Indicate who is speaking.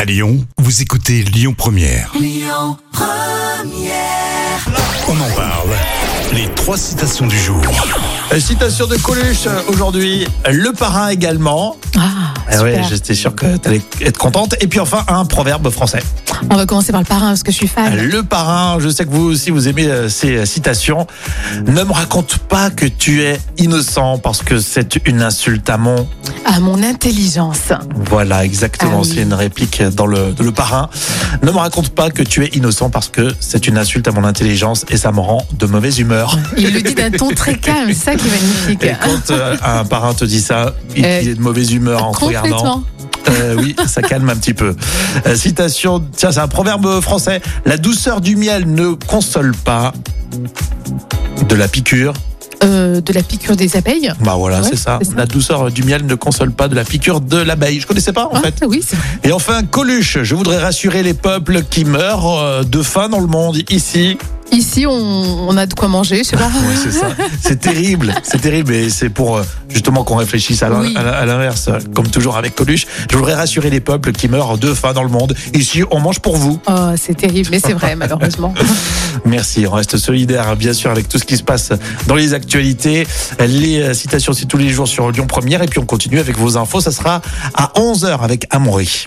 Speaker 1: À Lyon, vous écoutez Lyon Première. On en parle. Les trois citations du jour.
Speaker 2: Citation de Coluche euh, aujourd'hui, le parrain également.
Speaker 3: Ah,
Speaker 2: Eh
Speaker 3: super.
Speaker 2: ouais, j'étais sûr que t'allais être contente. Et puis enfin, un proverbe français.
Speaker 3: On va commencer par le parrain parce que je suis fan.
Speaker 2: Le parrain, je sais que vous aussi vous aimez euh, ces euh, citations. Ne me raconte pas que tu es innocent parce que c'est une insulte à mon.
Speaker 3: À Ah, mon intelligence.
Speaker 2: Voilà, exactement.
Speaker 3: Ah oui.
Speaker 2: C'est une réplique dans le, dans le parrain. Ne me raconte pas que tu es innocent parce que c'est une insulte à mon intelligence et ça me rend de mauvaise humeur.
Speaker 3: Il le dit d'un ton très calme, c'est ça qui est magnifique.
Speaker 2: Et quand euh, un parrain te dit ça, il,
Speaker 3: Euh,
Speaker 2: il est de mauvaise humeur en te regardant.
Speaker 3: Complètement.
Speaker 2: Euh, oui, ça calme un petit peu. Euh, citation, tiens, c'est un proverbe français. La douceur du miel ne console pas de la piqûre.
Speaker 3: Euh, de la piqûre des abeilles.
Speaker 2: Bah voilà,
Speaker 3: Ah Ouais,
Speaker 2: c'est ça.
Speaker 3: c'est ça.
Speaker 2: La douceur du miel ne console pas de la piqûre de l'abeille. Je connaissais pas en fait.
Speaker 3: Ah, oui, c'est vrai.
Speaker 2: Et enfin, Coluche, je voudrais rassurer les peuples qui meurent euh, de faim dans le monde ici.
Speaker 3: Ici, on, on a de quoi manger, je sais pas.
Speaker 2: Ouais, c'est ça. C'est terrible, c'est terrible. Et c'est pour euh, justement qu'on réfléchisse à l'in-
Speaker 3: Oui.
Speaker 2: à l'in- à l'inverse, euh, comme toujours avec Coluche. Je voudrais rassurer les peuples qui meurent de faim dans le monde. Ici, on mange pour vous.
Speaker 3: Oh, c'est terrible, mais c'est vrai, malheureusement.
Speaker 2: Merci, on reste solidaire hein, bien sûr avec tout ce qui se passe dans les actualités. Les euh, citations c'est tous les jours sur Lyon Première et puis on continue avec vos infos, ça sera à 11h avec Amaury.